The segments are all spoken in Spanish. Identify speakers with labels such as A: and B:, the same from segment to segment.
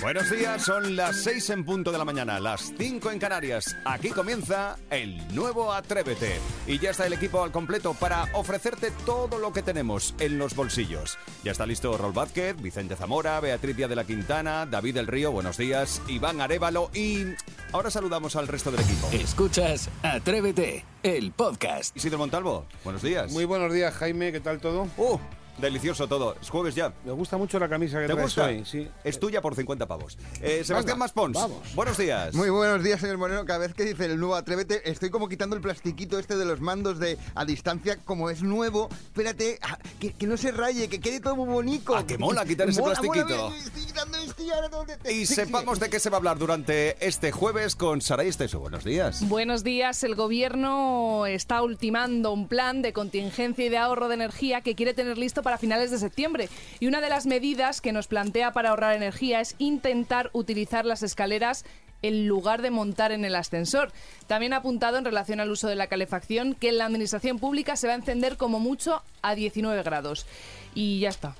A: Buenos días, son las 6 en punto de la mañana, las 5 en Canarias. Aquí comienza el nuevo Atrévete. Y ya está el equipo al completo para ofrecerte todo lo que tenemos en los bolsillos. Ya está listo Rol Vázquez, Vicente Zamora, Beatriz Díaz de la Quintana, David del Río, buenos días, Iván Arevalo y... Ahora saludamos al resto del equipo.
B: Escuchas Atrévete, el podcast.
A: Isidro Montalvo, buenos días.
C: Muy buenos días, Jaime. ¿Qué tal todo?
A: ¡Uh! Delicioso todo. Es jueves ya.
C: Me gusta mucho la camisa que
A: ¿Te
C: traes
A: gusta?
C: hoy. Sí.
A: Es tuya por 50 pavos. Eh, Sebastián
C: Anda,
A: Maspons,
C: vamos.
A: buenos días.
D: Muy buenos días, señor Moreno. Cada vez que dicen el nuevo Atrévete, estoy como quitando el plastiquito este de los mandos de a distancia, como es nuevo. Espérate, ah, que, que no se raye, que quede todo muy bonito.
A: Ah, que mola quitar ese
D: Mola, mola,
A: plastiquito.
D: mira, estoy quitando esto y ahora todo te-
A: Y
D: Sí,
A: sepamos
D: sí.
A: de qué se va a hablar durante este jueves con Saray Esteso. Buenos días.
E: Buenos días. El gobierno está ultimando un plan de contingencia y de ahorro de energía que quiere tener listo para finales de septiembre. Y una de las medidas que nos plantea para ahorrar energía es intentar utilizar las escaleras en lugar de montar en el ascensor. También ha apuntado en relación al uso de la calefacción que en la administración pública se va a encender como mucho a 19 grados. Y ya está.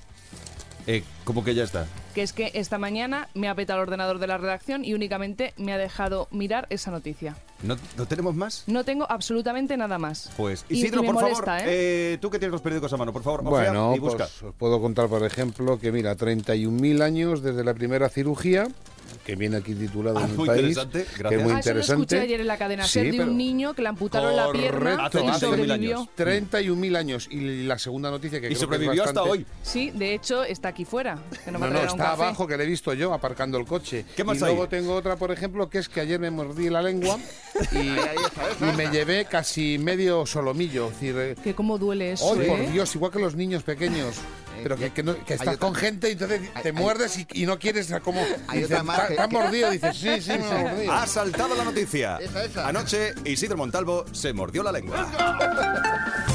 A: Eh, ¿Cómo que ya está?
E: Que es que esta mañana me ha petado el ordenador de la redacción y únicamente me ha dejado mirar esa noticia.
A: ¿No, no tenemos más?
E: No tengo absolutamente nada más.
A: Pues,
E: Y-
A: Isidro,
E: y me
A: por
E: molesta,
A: favor,
E: ¿eh?
A: eh, tú que tienes los periódicos a mano, por favor, ojea
C: Bueno,
A: y busca.
C: pues os puedo contar, por ejemplo, que mira, 31.000 años desde la primera cirugía, que viene aquí titulado
A: Ah,
C: en el
A: muy
C: país.
A: interesante,
C: Que
A: gracias.
C: es muy
E: Ah, eso lo
C: interesante.
E: escuché ayer en la cadena
C: Sí,
E: SER de
C: pero
E: un niño que le amputaron
C: Correcto.
E: la pierna
A: Hace
E: y
A: más de 100.000 años.
E: sobrevivió.
C: 31.000 años. Y la segunda noticia que creo
A: Y
C: que es
A: sobrevivió hasta
C: bastante-
A: hoy.
E: Sí, de hecho está aquí fuera. que no, me
C: No, no,
E: traerá un
C: está
E: café.
C: abajo que le he visto yo aparcando el coche.
A: ¿Qué más
C: y luego
A: hay?
C: tengo otra, por ejemplo, que es que ayer me mordí la lengua y, y me llevé casi medio solomillo. Es decir, eh,
E: Que cómo duele eso,
C: ¡Ay, por
E: ¿eh?
C: Dios! Igual que los niños pequeños. Pero que, que no- que estás
D: Eh, otra-
C: con gente y entonces
D: hay-
C: te
D: hay-
C: muerdes y, y no quieres a como...
D: Hay
C: dices,
D: otra Ah, más
C: "Ta-
D: que-
C: te has
D: que-
C: mordido. Dices, sí, sí, me he mordido.
A: Ha saltado la noticia.
D: Esa, esa.
A: Anoche, Isidro Montalvo se mordió la lengua.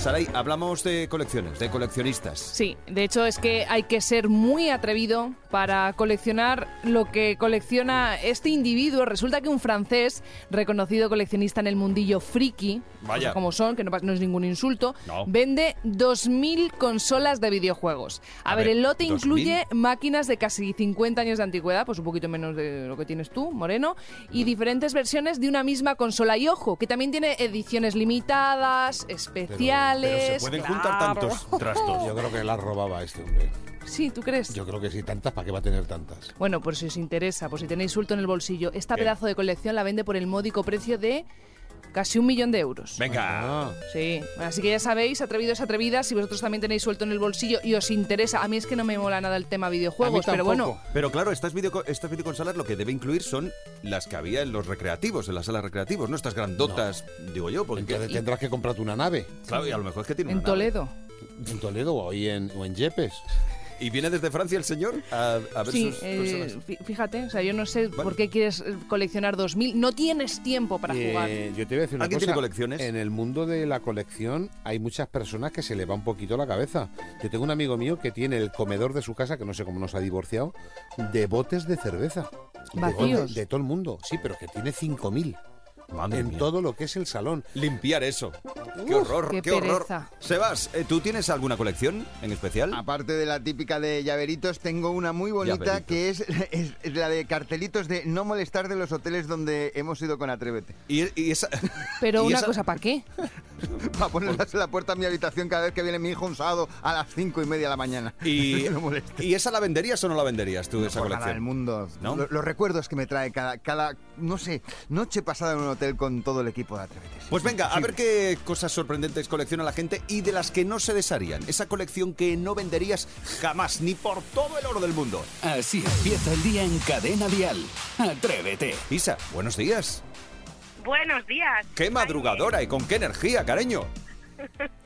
A: Saray, hablamos de colecciones, de coleccionistas.
E: Sí, de hecho es que hay que ser muy atrevido para coleccionar lo que colecciona este individuo. Resulta que un francés, reconocido coleccionista en el mundillo friki,
A: Vaya.
E: cosas como son, que no, pa- no es ningún insulto,
A: No.
E: vende 2.000 consolas de videojuegos. A,
A: A
E: ver,
A: ver,
E: el lote
A: 2000.
E: incluye máquinas de casi 50 años de antigüedad, pues un poquito menos de lo que tienes tú, Moreno,
A: Mm.
E: y diferentes versiones de una misma consola. Y ojo, que también tiene ediciones limitadas, especiales...
A: Pero se pueden juntar
E: claro.
A: tantos trastos.
F: Pues Yo creo que las robaba este hombre.
E: Sí, ¿tú crees?
F: Yo creo que sí, tantas, ¿para qué va a tener tantas?
E: Bueno, por si os interesa, por si tenéis suelto en el bolsillo, esta pedazo de colección la vende por el módico precio de casi un millón de euros.
A: Venga.
E: Sí, así que ya sabéis, atrevidos, atrevidas, si vosotros también tenéis suelto en el bolsillo y os interesa, a mí es que no me mola nada el tema videojuegos, pero bueno,
F: tampoco.
A: Pero claro, estas, video, estas videoconsolas lo que debe incluir son las que había en los recreativos, en las salas recreativos, no estas grandotas, digo yo, porque
F: Entonces tendrás que comprarte una nave
A: claro, y a lo mejor es que tiene
E: en
A: una nave.
E: Toledo.
F: en Toledo o, ahí en, o en Yepes.
A: Y viene desde Francia el señor a, a ver
E: Sí,
A: sus
E: eh,
A: consolas.
E: fí- fíjate, o sea, yo no sé
A: Bueno.
E: por qué quieres eh, coleccionar 2000, no tienes tiempo para
F: Eh,
E: jugar.
F: yo te voy a decir una
A: ¿Alguien
F: cosa.
A: tiene colecciones?
F: En el mundo de la colección hay muchas personas que se le va un poquito la cabeza. Yo tengo un amigo mío que tiene el comedor de su casa, que no sé cómo nos ha divorciado, de botes de cerveza. De
E: Vacíos.
F: botes De, todo el mundo, sí, pero que tiene 5.000
A: Ah, Madre
F: en
A: mía.
F: todo lo que es el salón.
A: Limpiar eso. qué horror, qué,
E: qué
A: horror.
E: pereza.
A: Sebas, eh, ¿tú tienes alguna colección en especial?
D: Aparte de la típica de llaveritos, tengo una muy bonita
A: Llaveritos.
D: que es, es- es la de cartelitos de no molestar de los hoteles donde hemos ido con Atrévete.
A: Y, y esa-
E: Pero
A: y
E: una
A: esa-
E: cosa, ¿para qué?
F: Pues
D: Para ponerlas en la puerta de mi habitación cada vez que viene mi hijo un sábado a las cinco y media de la mañana.
A: Y,
D: no molestes.
A: ¿Y esa la venderías o no la venderías tú, esa
D: por nada
A: colección?
D: del mundo.
A: ¿No?
D: Lo- los recuerdos que me trae cada, cada, no sé, noche pasada en un hotel con todo el equipo de Atrévete. Sí,
A: Pues venga, a
D: sí.
A: ver qué cosas sorprendentes colecciona la gente y de las que no se desharían. Esa colección que no venderías jamás, ni por todo el oro del mundo.
B: Así empieza el día en Cadena Dial. Atrévete.
A: Isa, buenos días.
G: Buenos días.
A: Qué madrugadora y con qué energía, cariño.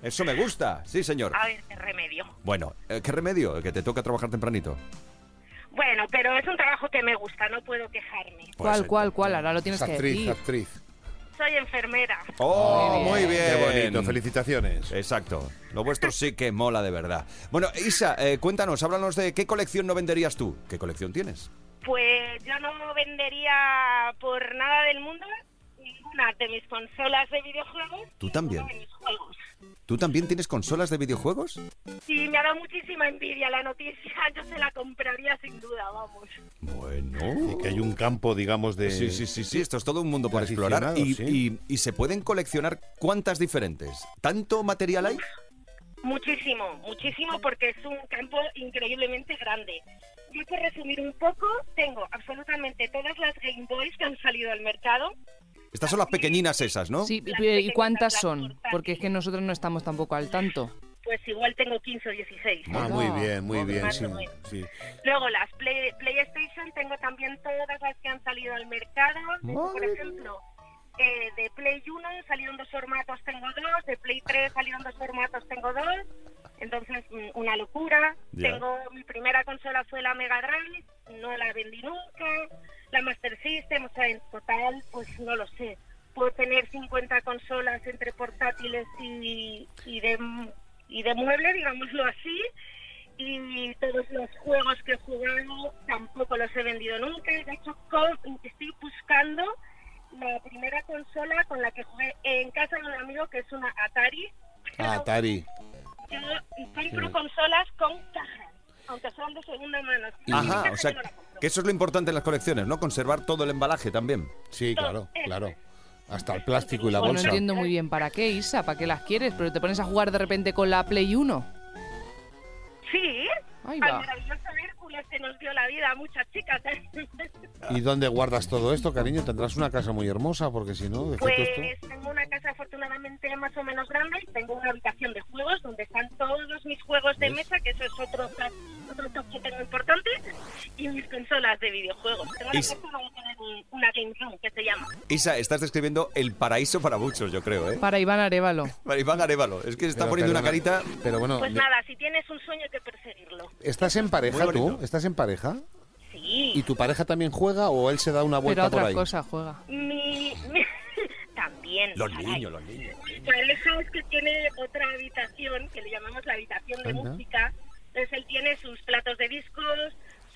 A: Eso me gusta, sí señor.
G: A ver, qué remedio.
A: Bueno, eh, ¿qué remedio? Que te toca trabajar tempranito.
G: Bueno, pero es un trabajo que me gusta, no puedo quejarme.
E: ¿Cuál, cuál, cuál? Ahora lo
F: Es
E: tienes que
F: actriz,
E: decir.
F: actriz.
G: Soy enfermera.
A: ¡Oh, muy bien!
F: Qué bonito, felicitaciones.
A: Eh, Exacto. Lo vuestro sí que mola de verdad. Bueno, Isa, eh, cuéntanos, háblanos de qué colección no venderías tú. ¿Qué colección tienes?
G: Pues yo no vendería por nada del mundo ninguna de mis consolas de videojuegos.
A: ¿Tú
G: ni
A: también?
G: ninguno de mis juegos.
A: ¿Tú también tienes consolas de videojuegos?
G: Y me ha dado muchísima envidia la noticia. Yo se la compraría sin duda, vamos.
A: Bueno. Eh,
F: Y que hay un campo, digamos, de...
A: uh. Sí, sí, sí, sí, esto es todo un mundo por explorar. Y,
F: Aficionados, sí.
A: y- y se pueden coleccionar cuántas diferentes. ¿Tanto material hay?
G: Muchísimo, muchísimo porque es un campo increíblemente grande. Yo por resumir un poco, tengo absolutamente todas las Game Boys que han salido al mercado.
A: Estas son las pequeñinas esas, ¿no?
E: Sí,
G: Las
E: y- ¿y
G: pequeñitas,
E: cuántas
G: las
E: son?
G: portátiles.
E: Porque es que nosotros no estamos tampoco al tanto.
G: Pues igual tengo 15 o 16.
F: Ah, muy bien, muy bien,
G: Más
F: sí,
G: o menos.
F: sí.
G: Luego las Play- PlayStation, tengo también todas las que han salido al mercado. Tengo, por ejemplo, eh, de Play 1 salieron dos formatos, tengo dos. De Play 3 salieron dos formatos, tengo dos. Entonces, mm, una locura.
A: Ya.
G: Tengo mi primera consola fue la Mega Drive, no la vendí nunca. La Master System, o sea, en total, pues no lo sé. Puedo tener 50 consolas entre portátiles y, y de, y de mueble, digámoslo así y todos los juegos que he jugado tampoco los he vendido nunca. De hecho, con- estoy buscando la primera consola con la que jugué en casa de un amigo que es una Atari.
F: Ah, Atari.
G: Yo compro consolas con caja, aunque son de segunda mano. Si no tiene
A: Ajá,
G: caja,
A: o sea,
G: yo no la compro.
A: que eso es lo importante en las colecciones, ¿no? Conservar todo el embalaje también.
F: Sí, claro, claro. Hasta el plástico y la
E: Pues no
F: bolsa.
E: entiendo muy bien para qué, Isa, para qué las quieres, pero te pones a jugar de repente con la Play 1.
G: Sí,
E: Ahí
G: al
E: va.
G: maravilloso Hércules que nos dio la vida a muchas chicas. ¿eh?
F: ¿Y dónde guardas todo esto, cariño? Tendrás una casa muy hermosa, porque si no, de qué todo
G: Pues tengo una casa afortunadamente más o menos grande y tengo una habitación de juegos donde están todos mis juegos de mesa, que eso es otro top, otro top que tengo importante, y mis consolas de videojuegos. Tengo
A: Y
G: la
A: s-
G: fortuna de tener un- una game room que se llama.
A: Isa, estás describiendo el paraíso para muchos, yo creo, ¿eh?
E: Para Iván Arevalo.
A: Para Iván Arevalo, es que se está
F: Pero
A: poniendo una
F: perdona,
A: carita...
F: Pero bueno,
G: Pues
F: de-
G: nada, si tienes un sueño hay que perseguirlo.
F: ¿estás en pareja
A: Muy
F: tú?
A: bonito.
F: ¿Estás en pareja? ¿Y
G: Sí.
F: tu pareja también juega o él se da una
E: Pero
F: vuelta
E: a
F: por
E: otra
F: ahí?
E: cosa juega.
G: Mi, mi- también.
A: Los
G: caray.
A: niños, los niños.
G: Aleja es que tiene otra habitación que le llamamos la habitación de
F: Anda.
G: música. Entonces él tiene sus platos de discos,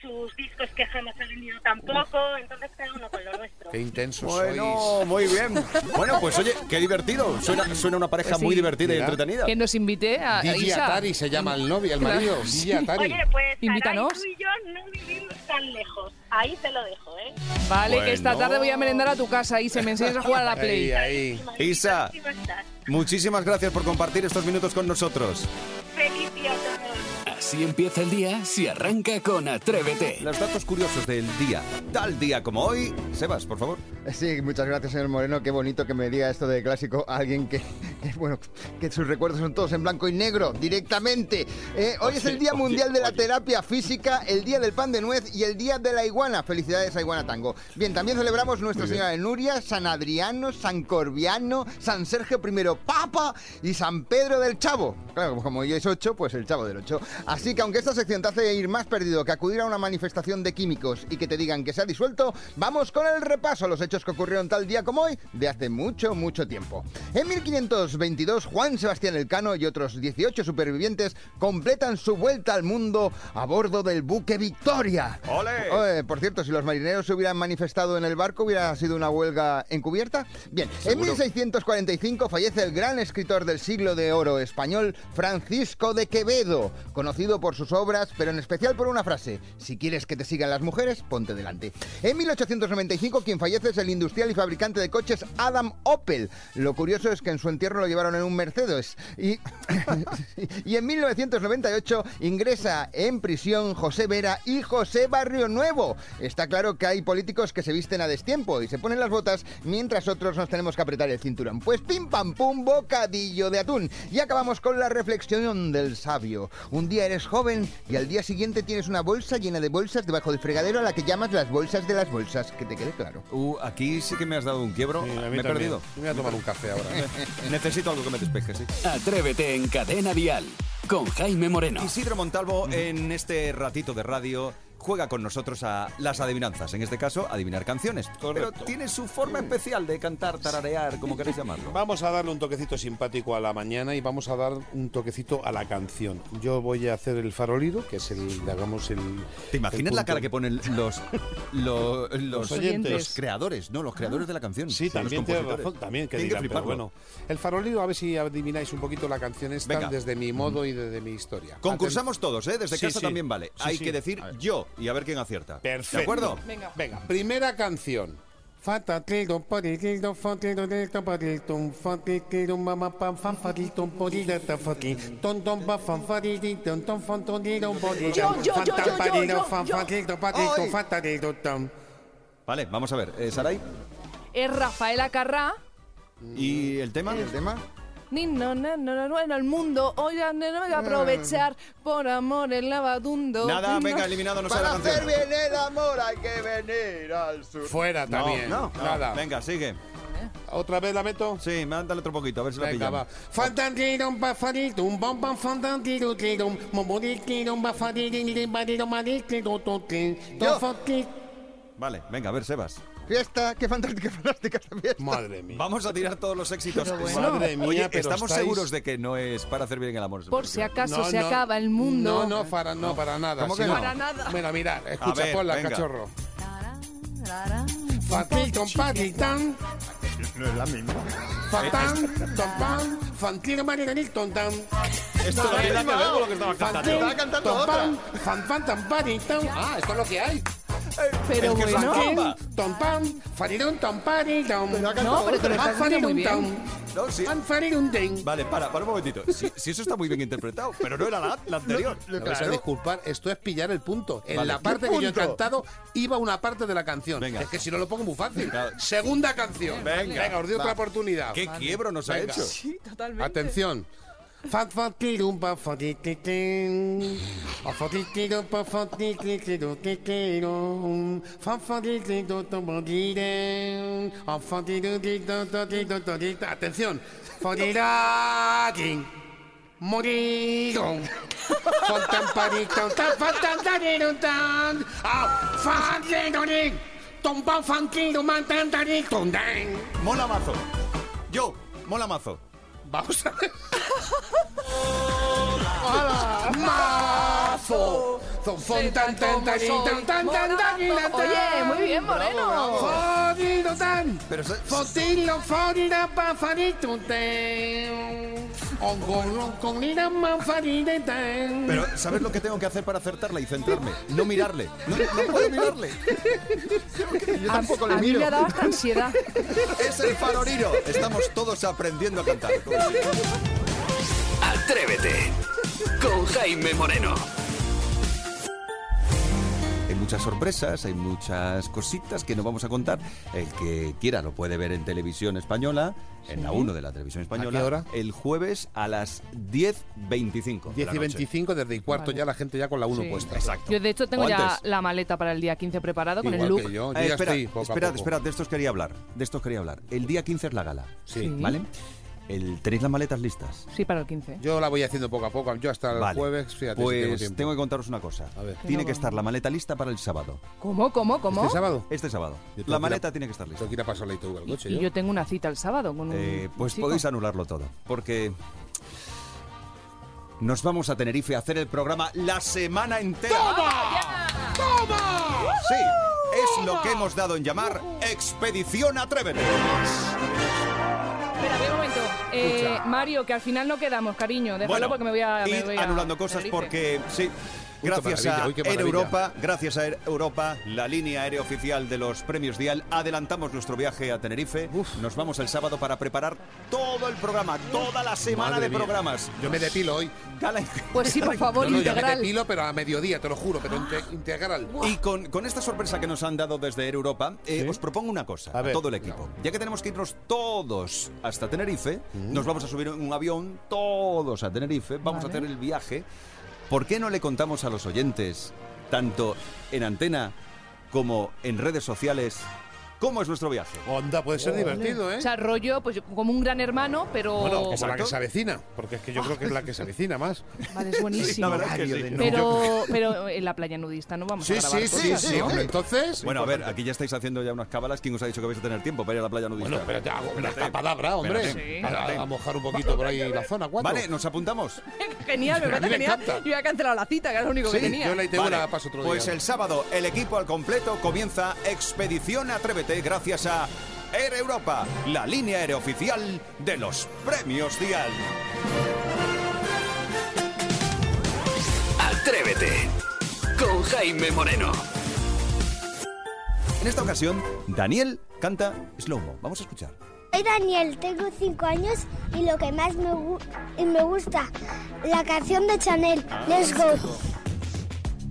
G: sus discos que jamás ha vendido tampoco. Entonces cada uno con lo nuestro.
F: Qué intenso
A: Bueno, muy bien. Bueno, pues oye, qué divertido. Suena, suena una pareja
E: Sí.
A: muy divertida y
F: Mira.
A: entretenida.
E: Que nos invité a
F: sois. DJ
E: Isa.
F: Atari se llama el novio, el marido. DJ Atari.
G: Oye, pues
E: Invítanos.
G: Sarai, tú y yo no vivimos tan lejos. Ahí te lo dejo, ¿eh?
E: Vale, que esta
A: Bueno.
E: tarde voy a merendar a tu casa y se me enseñas a jugar a la
F: Ahí,
E: Play.
F: ahí.
A: Isa.
G: ¿Cómo estás?
A: Muchísimas gracias por compartir estos minutos con nosotros.
G: Feliz día a todos.
B: Así empieza el día si arranca con Atrévete.
A: Los datos curiosos del día. Tal día como hoy. Sebas, por favor.
D: Sí, muchas gracias, señor Moreno. Qué bonito que me diga esto de clásico a alguien que, que, bueno, que sus recuerdos son todos en blanco y negro, directamente. Eh, hoy es el Día Mundial de la Terapia Física, el Día del Pan de Nuez y el Día de la Iguana. Felicidades a Iguana Tango. Bien, también celebramos Nuestra Señora de Nuria, San Adriano, San Corbiano, San Sergio I Papa y San Pedro del Chavo. Claro, como- como hoy es 8, pues el Chavo del 8. Así que aunque esta sección te hace ir más perdido que acudir a una manifestación de químicos y que te digan que se ha disuelto, vamos con el repaso a los hechos que ocurrieron tal día como hoy de hace mucho, mucho tiempo. En 1522, Juan Sebastián Elcano y otros 18 supervivientes completan su vuelta al mundo a bordo del buque Victoria.
A: ¡Ole!
D: Eh, por cierto, si los marineros se hubieran manifestado en el barco, hubiera sido una huelga encubierta. Bien, en 1645 fallece el gran escritor del siglo de oro español, Francisco de Quevedo, conocido por sus obras, pero en especial por una frase: Si quieres que te sigan las mujeres, ponte delante. En 1895, quien fallece es el industrial y fabricante de coches Adam Opel. Lo curioso es que en su entierro lo llevaron en un Mercedes. Y, y en 1998 ingresa en prisión José Vera y José Barrio Nuevo. Está claro que hay políticos que se visten a destiempo y se ponen las botas mientras otros nos tenemos que apretar el cinturón. Pues pim pam pum, bocadillo de atún. Y acabamos con la reflexión del sabio. Un día eres joven y al día siguiente tienes una bolsa llena de bolsas debajo del fregadero a la que llamas las bolsas de las bolsas. Que te quede claro.
A: Uh, aquí sí que me has dado un quiebro.
F: Sí, a mí
A: me he
F: también.
A: perdido.
F: Me voy a tomar un café ahora.
A: Necesito algo que me despeje, sí.
B: Atrévete en Cadena Dial con Jaime Moreno.
A: Isidro Montalvo en este ratito de radio juega con nosotros a las adivinanzas, en este caso, adivinar canciones. Pero tiene su forma especial de cantar, tararear, como queréis llamarlo.
F: Vamos a darle un toquecito simpático a la mañana y vamos a dar un toquecito a la canción. Yo voy a hacer el faroliro, que es el, digamos, el...
A: ¿Te imaginas
F: el
A: la
F: punto-
A: cara que ponen los, lo- los,
F: Los oyentes.
A: los creadores, no, los creadores de la canción?
F: Sí,
A: los
F: también tienes
A: compositores.
F: razón, también que
A: Tienen
F: digan, pero
A: fliparlo.
F: bueno. El faroliro, a ver si adivináis un poquito la canción esta
A: Venga. Mm.
F: desde mi modo y desde mi historia.
A: Concursamos todos, ¿eh? Desde
F: Sí,
A: casa
F: sí.
A: también vale.
F: Sí,
A: Hay
F: sí.
A: que decir yo y a ver quién acierta.
F: Perfecto.
A: ¿De acuerdo?
E: Venga.
F: Venga, primera canción. Fatatildo, porildo, fotildo, delta, poriltum, fotitilum, mamá, pam, fan, fatiltum, porilata, fotil, ton, ton, pa, fan, farilditum, ton, fon, tonilum, porilum,
E: Yo, yo,
F: fan,
E: yo,
F: tan,
E: yo, yo,
F: parildo,
E: yo,
F: fan,
E: yo.
F: fatildo, patildo,
A: Ay.
F: fatalildo, tam.
A: Vale, vamos a ver. eh, Saray,
E: Es Rafaela Carrá.
A: ¿y el tema?
D: ¿El tema?
E: Ni no, no, no, no, no, en el mundo, oigan, no voy a aprovechar por amor el lavadundo.
A: Nada,
E: Ni
A: venga,
E: no-
A: eliminado, no sabe
D: Para
A: la
D: hacer
A: canción.
D: bien el amor hay que venir al sur.
F: Fuera también.
A: No, no,
F: Nada.
A: Venga, sigue.
F: Otra vez la meto.
A: Sí, mándale otro poquito, a ver si la
F: Venga,
A: pillamos.
F: va. Fantandirum, bafaridum, bom, bom, fandandiru, tirum, momoriquirum, bafaridirim, barirum, mariquiru, tutin,
D: Yo.
F: tofoqui-
A: Vale, venga, a ver, Sebas.
D: Fiesta, qué fantástica, fantástica esta fiesta.
F: Madre mía.
A: Vamos a tirar todos los éxitos.
E: Pero bueno.
F: Madre mía,
A: Oye,
F: pero
A: estamos
F: estáis-
A: seguros de que no es para hacer bien el amor.
E: Por si acaso
F: No,
E: se
F: no,
E: acaba el mundo.
F: No, no, para, no, para nada.
A: ¿Cómo que
F: si
A: no?
E: Para nada.
F: Bueno, mirad,
A: A
F: escucha,
A: ver,
F: ponla,
A: venga.
F: cachorro. Fatilton, patitan.
D: No es la misma. Eh,
F: Fatán, tompán, fantil, marinanil, tontán.
A: Esto no tiene nada que ver con lo que estaba cantando.
D: Estaba cantando
F: tompán, fan, fan, tan, paritan. Ah, esto es lo que hay.
E: Pero
A: Es que son
E: bueno.
A: ¿Qué?
F: Tom, tom, pam, faridum, tom, paridum.
E: No, pero te lo estás haciendo muy bien.
F: Fanfaridum, tom.
A: No, sí.
F: Fanfaridum, ding.
A: Vale, para, para un momentito. Si, si eso está muy bien interpretado, pero no era la, la anterior.
F: Me vais a disculpar, esto es pillar el punto. En
A: Vale.
F: la
A: ¿Qué
F: parte que yo he
D: punto?
F: cantado iba una parte de la canción.
A: Venga.
F: Es que si no lo pongo muy fácil.
A: Claro.
F: Segunda canción.
A: Venga.
F: os doy otra oportunidad.
A: ¿Qué quiebro nos ha
F: Venga.
A: hecho?
E: Sí, totalmente.
F: Atención. Fanfatirum, pafatititín. Afatitirum, pafatititirum. Fanfatititotomoriren. Afatitititotomoriren. Atención. Foriradin. Moriron. Fontamparito. Fantantarirun, tan.
H: Ah,
F: Afatitirin. Tomba fantirum, mantantaritun, dan.
A: Mola mazo. Yo, mola mazo.
F: Vamos a ver. ¡Hola! ¡Mazo! Son fon tan tan tan
E: Soy
F: tan tan tan tan
E: morazo. Oye, muy bien, Moreno.
F: Fodido tan.
A: Pero se-
F: Fotilo fodida pa faritu ten. Ongolon con ira man faride ten.
A: Pero, ¿sabes lo que tengo que hacer para acertarla y centrarme? No mirarle. No, no puedo mirarle.
D: Yo
E: A-
D: tampoco
E: a
D: le
E: mí
D: miro.
E: me ha dado hasta ansiedad.
A: Es el faroriro. Estamos todos aprendiendo a cantar.
B: Atrévete con Jaime Moreno.
A: Hay muchas sorpresas, hay muchas cositas que no vamos a contar. El que quiera lo puede ver en televisión española, en la 1 de la televisión española.
F: ¿A qué hora?
A: El jueves a las 10.25. de la noche.
F: desde el cuarto ya la gente ya con la
E: Sí.
A: Exacto.
E: Yo de hecho tengo
A: O
E: ya
A: antes.
E: la maleta para el día 15 preparado con el
F: Igual
E: look.
F: que yo, yo
A: Eh,
F: ya
A: espera,
F: estoy poco a
A: esperad,
F: poco.
A: esperad, de estos quería hablar. De estos quería hablar. El día 15 es la gala.
F: Sí.
A: ¿Vale? El, ¿Tenéis las maletas listas?
E: Sí, para el 15.
F: Yo la voy haciendo poco a poco, yo hasta el
A: Vale.
F: jueves, fíjate, si
A: pues
F: tiempo.
A: tengo que contaros una cosa.
F: A ver.
A: Tiene que estar la maleta lista para el sábado.
E: ¿Cómo, cómo, cómo?
F: ¿Este sábado?
A: Este sábado.
F: Yo tengo
A: La
F: que
A: maleta
F: ir a-
A: tiene que estar lista.
F: Tengo que ir a pasar la ITV al coche, ¿eh?
E: y yo tengo una cita el sábado
F: Mm,
E: con un
A: Eh, pues
E: chico.
A: podéis anularlo todo, porque nos vamos a Tenerife a hacer el programa la semana entera.
F: ¡Toma!
A: Sí, es lo que hemos dado en llamar Expedición Atrévete.
E: Espera, espera un momento. Eh, Mario, que al final no quedamos, cariño. Déjalo porque me voy a... me
A: id
E: voy a
A: anulando cosas
E: Tenerife.
A: porque, sí, gracias
F: maravilla,
A: a
F: uy, qué
A: Air
F: maravilla.
A: Europa, gracias a Air Europa, la línea aérea oficial de los premios Dial, adelantamos nuestro viaje a Tenerife. Nos vamos el sábado para preparar todo el programa, toda la semana
F: Madre
A: de
F: mía.
A: programas.
F: Yo me depilo hoy.
A: Gala-
E: Pues sí, por favor,
F: No, no, yo me
E: integral.
F: depilo, pero a mediodía, te lo juro,
A: Ah.
F: pero inte- integral.
A: Y con, con esta sorpresa que nos han dado desde Air Europa, eh, os propongo una cosa
F: A
A: a,
F: ver.
A: todo el equipo. Ya que tenemos que irnos todos hasta Tenerife,
F: Mm.
A: nos vamos a subir en un avión todos a Tenerife, vamos
E: Vale.
A: a hacer el viaje. ¿Por qué no le contamos a los oyentes, tanto en antena como en redes sociales, ¿Cómo es nuestro viaje?
C: Onda, puede ser divertido, ¿eh?
E: O sea, rollo, pues como un gran hermano, pero.
C: Bueno, como la
A: Exacto.
C: que se avecina, porque es que yo creo que es la que se avecina más.
E: Vale, es buenísimo.
A: La verdad es que sí.
E: pero, pero en la playa nudista no vamos a
C: Sí,
E: grabar
C: sí, sí,
E: cosas,
C: sí,
E: ¿no?
C: hombre. Entonces.
A: Bueno, a ver, aquí ya estáis haciendo ya unas cábalas. ¿Quién os ha dicho que vais a tener tiempo para ir a la playa nudista?
C: Bueno, pero te hago una
A: Espérate.
C: escapadabra, hombre.
A: Espérate.
C: Para a mojar un poquito por ahí la zona, cuatro.
A: Vale, nos apuntamos.
E: Genial, me
C: A mí
E: parece
C: me
E: genial.
C: encanta.
E: Yo había cancelado la cita, que era lo único que tenía.
C: yo la ITV
A: Vale,
C: la paso otro día.
A: Pues el sábado, el equipo al completo comienza Expedición Atrévete gracias a Air Europa, la línea aérea oficial de los premios Dial.
B: Atrévete con Jaime Moreno.
A: En esta ocasión, Daniel canta Slow Mo. Vamos a escuchar.
I: Soy Daniel, tengo 5 años y lo que más me, gu- y me gusta, la canción de Chanel, Ah, Let's Go.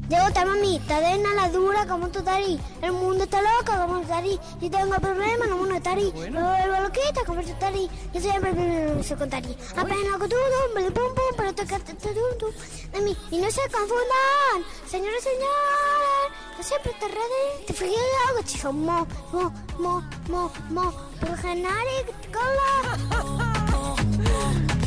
I: Llego a mami, te den a la dura como tú tarí. El mundo está loco como tú tarí. Yo tengo problemas como no tarí. Me vuelvo loquita como tú tarí. Yo siempre me se con tarí. Apenas con tú, hombre, pum, pum, pero te canta tú, tú. De mí, y no se confundan, señores, señores. Yo siempre te redé. Te fui algo, chico. Mo, mo, mo, mo, mo. Pero Genari, cola.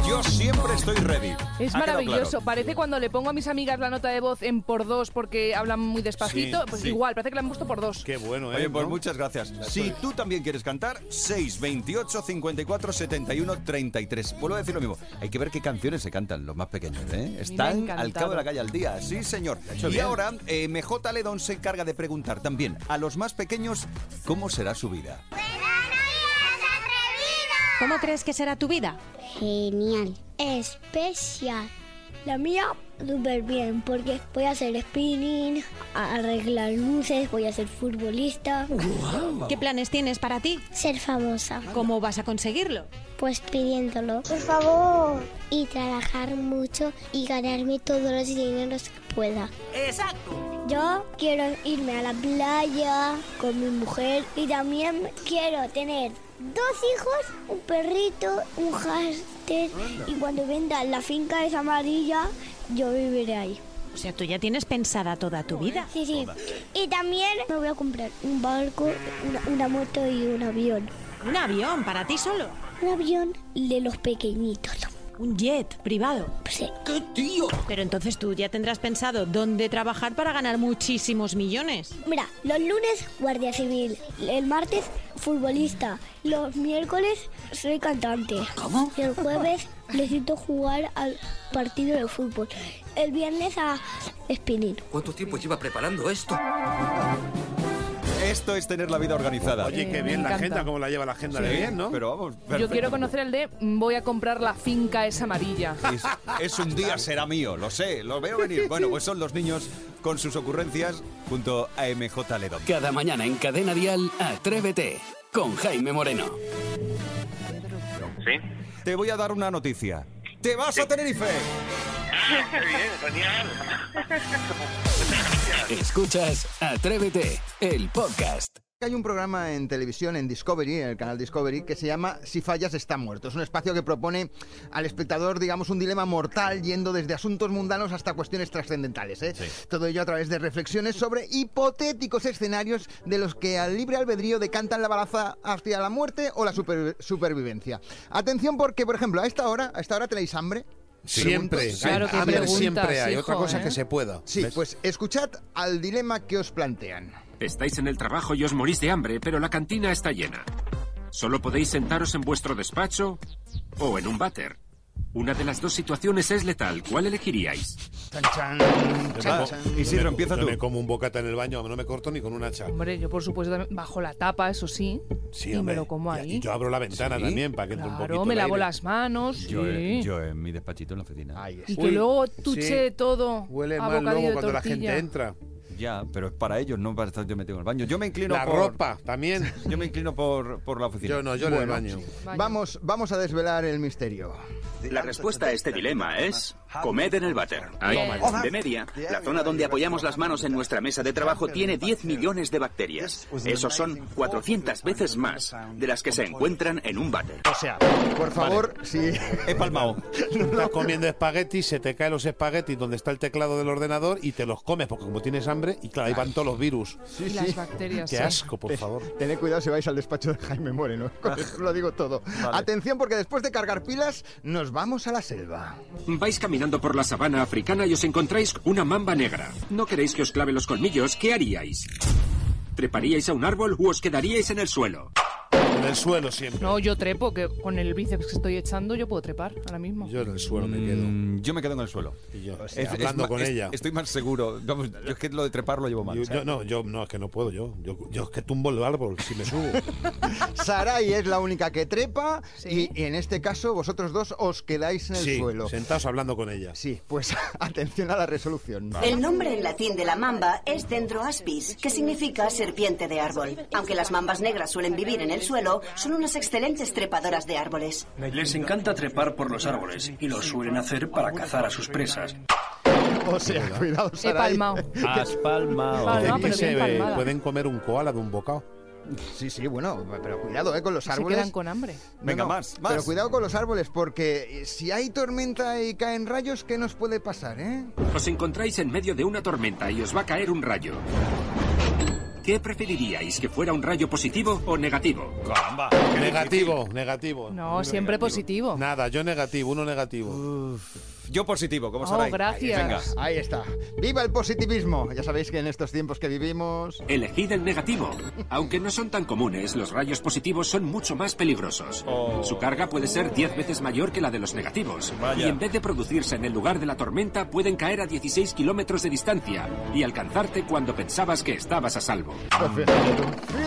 A: Yo siempre estoy ready.
E: Es
A: Ha quedado
E: maravilloso.
A: claro.
E: Parece cuando le pongo a mis amigas la nota de voz en por dos porque hablan muy despacito.
A: Sí,
E: pues
A: sí.
E: igual, parece que la han puesto por dos.
C: Qué bueno, ¿eh?
A: Oye, pues
C: ¿no?
A: muchas gracias. Si tú también quieres cantar, 628 54 71 33. Vuelvo a decir lo mismo. Hay que ver qué canciones se cantan los más pequeños, ¿eh? Están al
E: encantado.
A: cabo de la calle al día. Sí, señor. Y ahora, eh, MJ Ledon se encarga de preguntar también a los más pequeños cómo será su vida.
H: ¿Cómo crees que será tu vida?
I: Genial. Especial. La mía, súper bien, porque voy a hacer spinning, a- arreglar luces, voy a ser futbolista,
H: ¿Qué planes tienes para ti?
I: ser famosa.
H: ¿Cómo vas a conseguirlo?
I: Pues pidiéndolo. Por favor. Y trabajar mucho y ganarme todos los dineros que pueda. Exacto. Yo quiero irme a la playa con mi mujer y también quiero tener dos hijos, un perrito, un hámster y cuando venda la finca esa amarilla, yo viviré ahí.
H: O sea, tú ya tienes pensada toda tu vida.
I: Sí, sí. Y también me voy a comprar un barco, una, una moto y un avión.
H: Un avión para ti solo.
I: Un avión de los pequeñitos.
H: Un jet privado.
I: Sí.
H: Pero entonces tú ya tendrás pensado dónde trabajar para ganar muchísimos millones.
I: Mira, los lunes guardia civil, el martes futbolista, los miércoles soy cantante. ¿Cómo? Y el jueves necesito jugar al partido de fútbol. El viernes a spinning.
J: ¿Cuánto tiempo lleva preparando esto?
A: Esto es tener la vida organizada.
C: Oye, qué
E: Eh,
C: bien
E: me
C: la
E: encanta.
C: agenda, cómo la lleva la agenda de bien, ¿no?
A: Pero vamos,
E: Yo
A: perfecto.
E: quiero conocer el de mm, voy a comprar la finca esa amarilla.
A: Es, es un día, será mío, lo sé, lo veo venir. Bueno, pues son los niños con sus ocurrencias junto a MJ Ledon.
B: Cada mañana en Cadena Dial, Atrévete con Jaime Moreno.
K: Sí.
A: Te voy a dar una noticia. ¡Te vas a Tenerife!
K: Qué bien, genial.
B: Escuchas Atrévete, el podcast.
D: Hay un programa en televisión, en Discovery, en el canal Discovery, que se llama Si fallas está muerto. Es un espacio que propone al espectador, digamos, un dilema mortal yendo desde asuntos mundanos hasta cuestiones trascendentales. ¿eh? Todo ello a través de reflexiones sobre hipotéticos escenarios de los que al libre albedrío decantan la balanza hacia la muerte o la supervi- supervivencia. Atención porque, por ejemplo, a esta hora, a esta hora tenéis hambre.
C: Siempre,
E: Claro que
C: hambre
E: preguntas,
C: siempre hay. Otra
E: hijo,
C: cosa
E: ¿eh?
C: que se pueda.
D: Sí, pues escuchad al dilema que os plantean.
K: Estáis en el trabajo y os morís de hambre, pero la cantina está llena. Solo podéis sentaros en vuestro despacho o en un váter. Una de las dos situaciones es letal. ¿Cuál elegiríais?
D: Chan, chan, chan,
A: Va,
D: chan.
A: Isidro, empieza
C: yo
A: tú.
C: me como un bocata en el baño, no me corto ni con un hacha.
E: Hombre, yo por supuesto también bajo la tapa, eso sí.
C: Sí,
E: y
C: hombre.
E: me lo como
C: Y-
E: ahí.
C: Y yo abro la ventana
A: Sí.
C: también para que entre un poquito
E: claro, me
C: el
E: lavo
C: aire.
E: las manos.
A: Yo,
E: sí.
A: eh, yo en mi despachito en la oficina.
D: Ahí
E: Y
D: está.
E: que
C: Uy,
E: luego
C: sí.
E: tuche todo.
C: Huele
E: a
C: mal
E: bocadillo
C: luego
E: de
C: cuando la
E: tortilla.
C: gente entra.
A: Ya, pero es para ellos, no para estar yo metido en el baño. Yo me inclino
C: la
A: por...
C: ropa también.
A: Yo me inclino por, por la oficina.
C: Yo no, yo en el baño.
E: Vaya.
D: Vamos, vamos a desvelar el misterio.
J: La respuesta a este dilema es
L: Comed en el váter.
K: Ahí.
L: De media, la zona donde apoyamos las manos en nuestra mesa de trabajo tiene 10 millones de bacterias. Esos son 400 veces más de las que se encuentran en un váter.
D: O sea, por favor, si...
A: He palmado.
C: Estás comiendo espaguetis, se te caen los espaguetis donde está el teclado del ordenador y te los comes, porque como tienes hambre, y claro, ahí van todos los virus.
E: Y las sí. bacterias,
C: Qué
E: sí.
C: asco, por favor.
D: Tened cuidado si vais al despacho de Jaime Moreno. Con eso lo digo todo. Atención, porque después de cargar pilas, nos vamos a la selva.
K: Vais caminando por la sabana africana y os encontráis una mamba negra. ¿No queréis que os clave los colmillos? ¿Qué haríais? ¿Treparíais a un árbol u os quedaríais en el suelo?
C: En el suelo siempre.
E: No, yo trepo, que con el bíceps que estoy echando yo puedo trepar ahora mismo.
C: Yo en el suelo me quedo.
A: Mm, yo me quedo en el suelo.
C: Y yo,
A: Es- es
C: hablando
A: ma-
C: con
A: es-
C: ella.
A: Estoy más seguro. Vamos, yo es que lo de trepar lo llevo mal.
C: Yo- yo- no, yo no, es que no puedo yo. Yo, yo es que tumbo el árbol si me subo.
D: Sarai es la única que trepa y, y en este caso vosotros dos os quedáis en el
C: sí,
D: suelo.
C: sentados hablando con ella.
D: Sí, pues atención a la resolución.
M: El nombre en latín de la mamba es Dendroaspis, que significa serpiente de árbol. Aunque las mambas negras suelen vivir en el suelo, son unas excelentes trepadoras de árboles.
J: Les encanta trepar por los árboles y lo suelen hacer para cazar a sus presas.
D: O sea, cuidado,
E: He
D: Sarai.
E: palmado.
A: Has palmado.
E: Palmado, pero
C: Dicen que
E: bien
C: se, eh,
E: palmada.
C: pueden comer un koala de un bocado.
D: Sí, sí, bueno, pero cuidado eh, con los
E: Se
D: árboles.
E: quedan con hambre.
D: No,
A: Venga,
D: no,
A: más, más.
D: Pero cuidado con los árboles, porque eh, si hay tormenta y caen rayos, ¿qué nos puede pasar, eh?
K: Os encontráis en medio de una tormenta y os va a caer un rayo. ¿Qué preferiríais? ¿Que fuera un rayo positivo o negativo?
A: Caramba.
C: Negativo, negativo.
E: No, siempre positivo.
C: Nada, yo negativo, uno negativo.
A: Yo positivo, como
E: Oh,
A: Sarai.
E: gracias.
A: Venga.
D: Ahí está. ¡Viva el positivismo! Ya sabéis que en estos tiempos que vivimos...
K: Elegid el negativo. Aunque no son tan comunes, los rayos positivos son mucho más peligrosos. Su carga puede ser 10 veces mayor que la de los negativos.
A: Vaya.
K: Y en vez de producirse en el lugar de la tormenta, pueden caer a 16 kilómetros de distancia y alcanzarte cuando pensabas que estabas a salvo.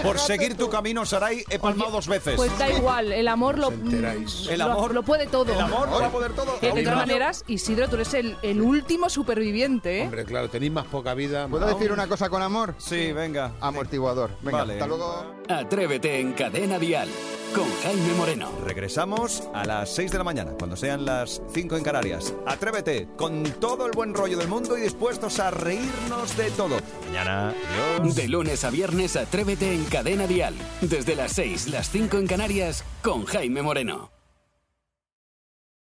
A: Por seguir tu camino, Sarai, he palmado dos veces.
E: Pues da igual, el amor lo, mm,
C: enteráis.
A: El
E: lo-
A: amor-
E: lo, puede todo.
A: El amor va a poder todo.
E: Eh, de
A: Aunque
E: todas
A: no.
E: maneras, Isidro, tú eres el, el último superviviente, ¿eh?
C: Hombre, claro, tenéis más poca vida.
D: ¿Puedo decir una cosa con amor?
A: Sí, venga.
D: Amortiguador. Venga,
A: Vale.
D: hasta luego.
B: Atrévete en Cadena Dial con Jaime Moreno.
A: Regresamos a las 6 de la mañana, cuando sean las 5 en Canarias. Atrévete con todo el buen rollo del mundo y dispuestos a reírnos de todo. Mañana, adiós.
B: De lunes a viernes, atrévete en Cadena Dial. Desde las 6, las 5 en Canarias, con Jaime Moreno.